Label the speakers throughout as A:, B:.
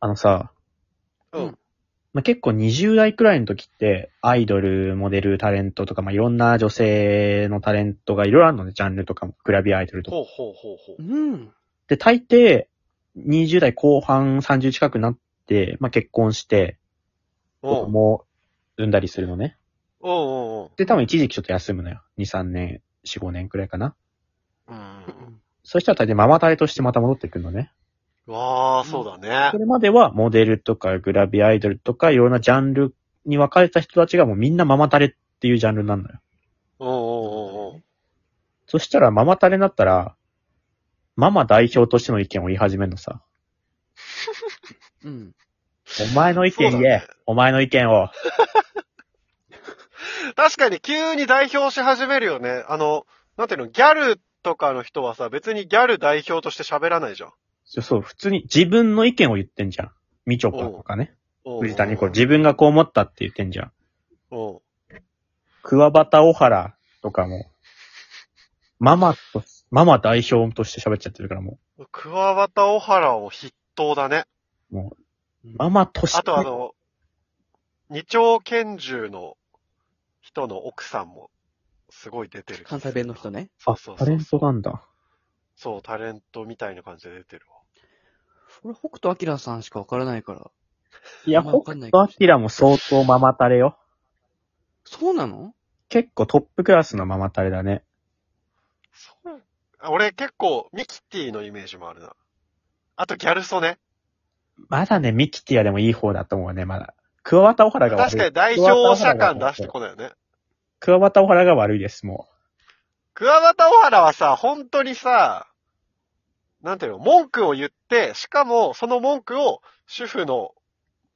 A: あのさ、
B: うん。
A: まあ、結構20代くらいの時って、アイドル、モデル、タレントとか、まあ、いろんな女性のタレントがいろいろあるのね、ジャンルとかも、グラビアアイドルとか。
B: ほうほうほうほう。
C: うん。
A: で、大抵、20代後半30近くなって、まあ、結婚して、子
B: おう
A: 供を産んだりするのね。
B: おうおうおう。
A: で、多分一時期ちょっと休むのよ。2、3年、4、5年くらいかな。
B: うん。
A: そしたら大抵ママタレとしてまた戻ってくるのね。
B: わあ、そうだ
A: そ
B: ね。
A: れまではモデルとかグラビアアイドルとかいろんなジャンルに分かれた人たちがもうみんなママタレっていうジャンルになるのよ。
B: おうおうおうおう。
A: そしたらママタレになったら、ママ代表としての意見を言い始めるのさ。
C: うん。
A: お前の意見
B: そ
A: 言
B: う
A: え、
B: だね
A: お前の意見を。
B: 確かに急に代表し始めるよね。あの、なんていうの、ギャルとかの人はさ、別にギャル代表として喋らないじゃん。
A: そうそう、普通に自分の意見を言ってんじゃん。みちょぱとかね。
B: おうおう
A: 藤谷子、自分がこう思ったって言ってんじゃん。
B: おう
A: クワバタオハラとかも、ママと、ママ代表として喋っちゃってるからも
B: クワバタオハラも筆頭だね。
A: う、もう、ママとして。
B: あとあの、二丁拳銃の人の奥さんも、すごい出てる。
C: 関西弁の人ね。
B: そうそう
A: タ
B: そ
A: レ
B: う
A: ン。トなんだ。
B: そう、タレントみたいな感じで出てるわ。
C: 俺、北斗晶さんしかわからないから。
A: いや、
C: あんまわ
A: 北
C: かんない
A: 斗
C: かもしれ
A: 晶も相当ママタレよ。
C: そうなの
A: 結構トップクラスのママタレだね。
B: そう。あ俺結構ミキティのイメージもあるな。あとギャルソね。
A: まだね、ミキティアでもいい方だと思うね、まだ。クワバタオハラが悪い。
B: 確かに代表者感出してこないよね。
A: クワバタオハラが悪いです、も。
B: クワバタオハラはさ、本当にさ、なんていうの、文句を言って、しかもその文句を主婦の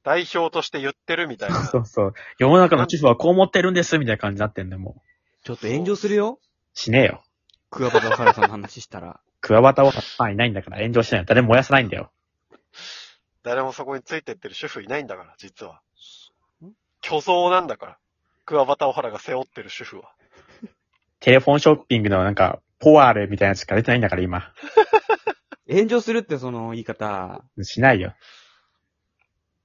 B: 代表として言ってるみたいうな。
A: そうそう。世の中の主婦はこう思ってるんです、みたいな感じになってんだよ、もう。
C: ちょっと炎上するよ。
A: しねえよ。
C: 桑畑岡原さんの話したら。
A: クワバタオハラファンいないんだから炎上しないよ。誰も燃やさないんだよ。
B: 誰もそこについてってる主婦いないんだから、実は
C: う。
B: 虚像なんだから。クワバタオハラが背負ってる主婦は。
A: テレフォンショッピングのなんか、ポワールみたいなやつしか出てないんだから、今。
C: 炎上するってその言い方。
A: しないよ。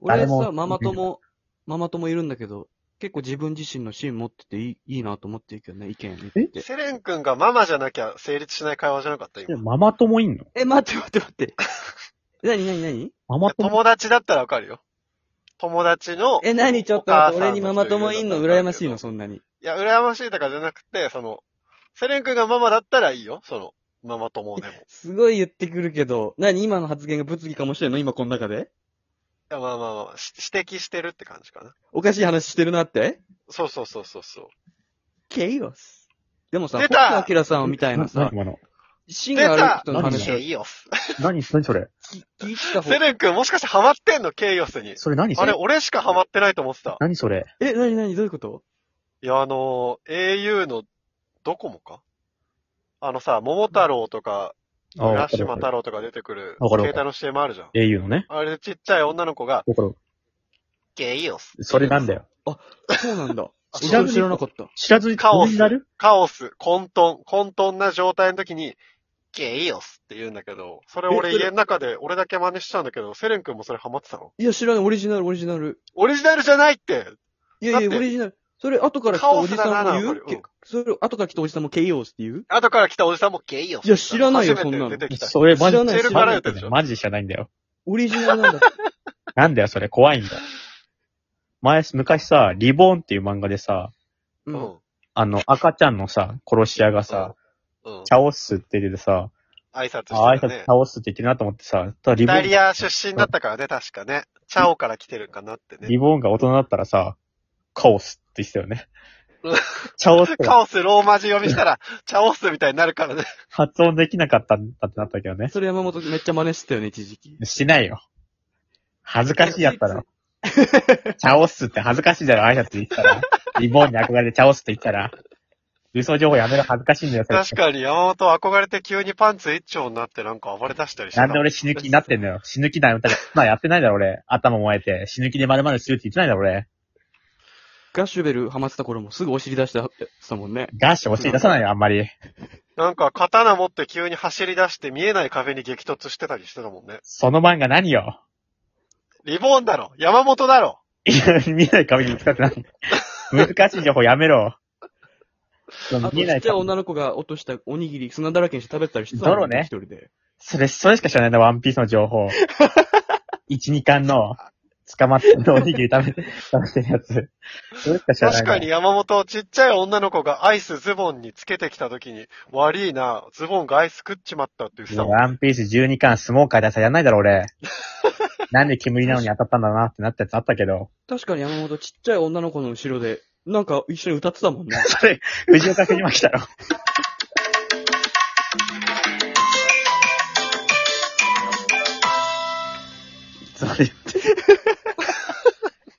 C: 俺
A: 誰も
C: さ、ママ友、ママ友いるんだけど、結構自分自身のシーン持ってていいいいなと思ってるけどね、意見言って。
B: セレン君がママじゃなきゃ成立しない会話じゃなかった、今。
A: ママ友いんの
C: え、待って待って待 って。なになになに
A: ママ友
B: 友達だったらわかるよ。友達の。
C: え、なにちょっと
B: お母さ
C: 待っ
B: ん
C: て、俺にママ友いんの
B: 人だ
C: 羨ましいの、
B: ったら
C: そんなに。
B: わかるけどいや、羨ましいとかじゃなくて、その、セレン君がママだったらいいよ。その、ママ友でも。い
C: すごい言ってくるけど、なに今の発言が物議かもしれんの今この中で
B: や、まあまあまあ、し指摘してるって感じかな。
C: おかしい話してるなって
B: そうそうそうそうそう。
C: ケイオス。でもさ、
B: 出
C: 北
B: た
C: 斗晶さんみたいな
A: 何
C: さ、
A: 今の。
C: シンガーの人の
A: 出
C: 話
A: た
C: を
B: ケイオス。
A: 何何それ
C: 聞聞いてた方
B: セ
C: が。
B: レン君もしかしてハマってんのケイオスに。
A: それ何そ
B: あれ、
A: れ
B: 俺しかハマってないと思ってた。
A: 何それ
C: え、なになにどういうこと
B: いや、あのー、au の、ドコモかあのさ、桃太郎とか、
A: あ
B: 浦島太郎とか出てくる、
A: わかる
B: 携帯の CM あるじゃん。
A: 英雄のね。
B: あれでちっちゃい女の子が、
A: わかる。
B: ゲイオス。
A: それなんだ
B: よ。
A: よ。
C: そうなんだ。
B: あ
C: 知ら知らなかった。
A: 知らずに
B: カオ
A: ど
B: ス
A: になる
B: カオス、混沌、混沌な状態の時に、ゲイオスって言うんだけど、それ俺
C: えそれ
B: 家の中で、俺だけ真似したんだけど、セレン君もそれハマってたの
C: いや、知らない。オリジナル、オリジナル。
B: オリジナルじゃないって
C: いやい
B: だっ
C: や、
B: て
C: オリジナル。それ、後から来たおじさんも言
B: カオスだな
C: う
B: これうん
C: けそれ、後から来たおじさんもケイオスって言う
B: 後から来たおじさんもゲイオス。
C: いや知らない
B: 初
C: よ
B: めて
C: そんなの
B: 出てきた。
A: それマジ
C: 知らない
A: で
C: 知
A: 知
C: ら
A: らな
C: な
A: いい
B: 知らない
A: マジで知らないんだよ。
C: オリジナルなんだ。
A: なんだよ、それ。怖いんだよ。前、昔さ、リボーンっていう漫画でさ、
C: う。
B: うんん。
A: あの、赤ちゃんのさ、殺し屋がさ、
B: うん。
A: チャオスって言っててさ、
B: 挨拶して
A: あ挨
B: た
A: 拶
B: ね
A: チ。ャオスって言ってるなと思ってさ、ただリ
B: イ
A: ボ
B: タ
A: ーン
B: リア出身だったからね、確かね。チャオから来てるかなってね。
A: リボーンが大人だったらさ、カオスって言ってたよ ね
B: うん。
A: チャオスが
B: カオスローマ字読みしたら、チャオスみたいになるからね。
A: 発音できなかったんだってなったけどね。
C: それ山本めっちゃ真似してたよね、一時期。
A: しないよ。恥ずかしいやった ら。チャオスって恥ずかしいだろ、挨拶言ったら。リボーンに憧れてチャオスって言ったら。嘘情報やめろ、恥ずかしいんだよ、それ
B: 確かに山本憧れて急にパンツ一丁になってなんか暴れ出したりしてた。
A: なんで俺死ぬ気になってんのよ。死ぬ気だよ。まあやってないだろ、俺。頭燃えて。死ぬ気で丸々するって言ってないだろ、俺。
C: ガッシュベルハマってた頃もすぐお尻出してたもんね。
A: ガッシュお尻出さないよ、あんまり。
B: なんか刀持って急に走り出して見えない壁に激突してたりしてたもんね。
A: その漫画何よ。
B: リボーンだろ山本だろ
A: いや、見えない壁にぶつかってない。難しい情報やめろ。その
C: あと、
A: 見
C: ち
A: えな
C: っ
A: い
C: ちゃい
A: 壁。
C: 女の子が落としたおにぎり砂だらけにして食べてたりしてた
A: だろうね
C: 一人で。
A: それ、それしか知らないんだ、ワンピースの情 報。一、二巻の、捕まってるおにぎり食べ て、食べてるやつ。それしか知らない
B: 確
A: んだ。
B: かに山本、ちっちゃい女の子がアイスズボンにつけてきた時に、悪いな、ズボンがアイス食っちまったって言っ
A: い
B: て
A: や
B: たもん。
A: ワンピース12巻スモーカーでさ、やんないだろ、 俺。なんで煙なのに当たったんだなってなったやつあったけど。
C: 確かに山本ちっちゃい女の子の後ろで、なんか一緒に歌ってたもんね。
A: それ、藤岡君にも来たろ。それ言って。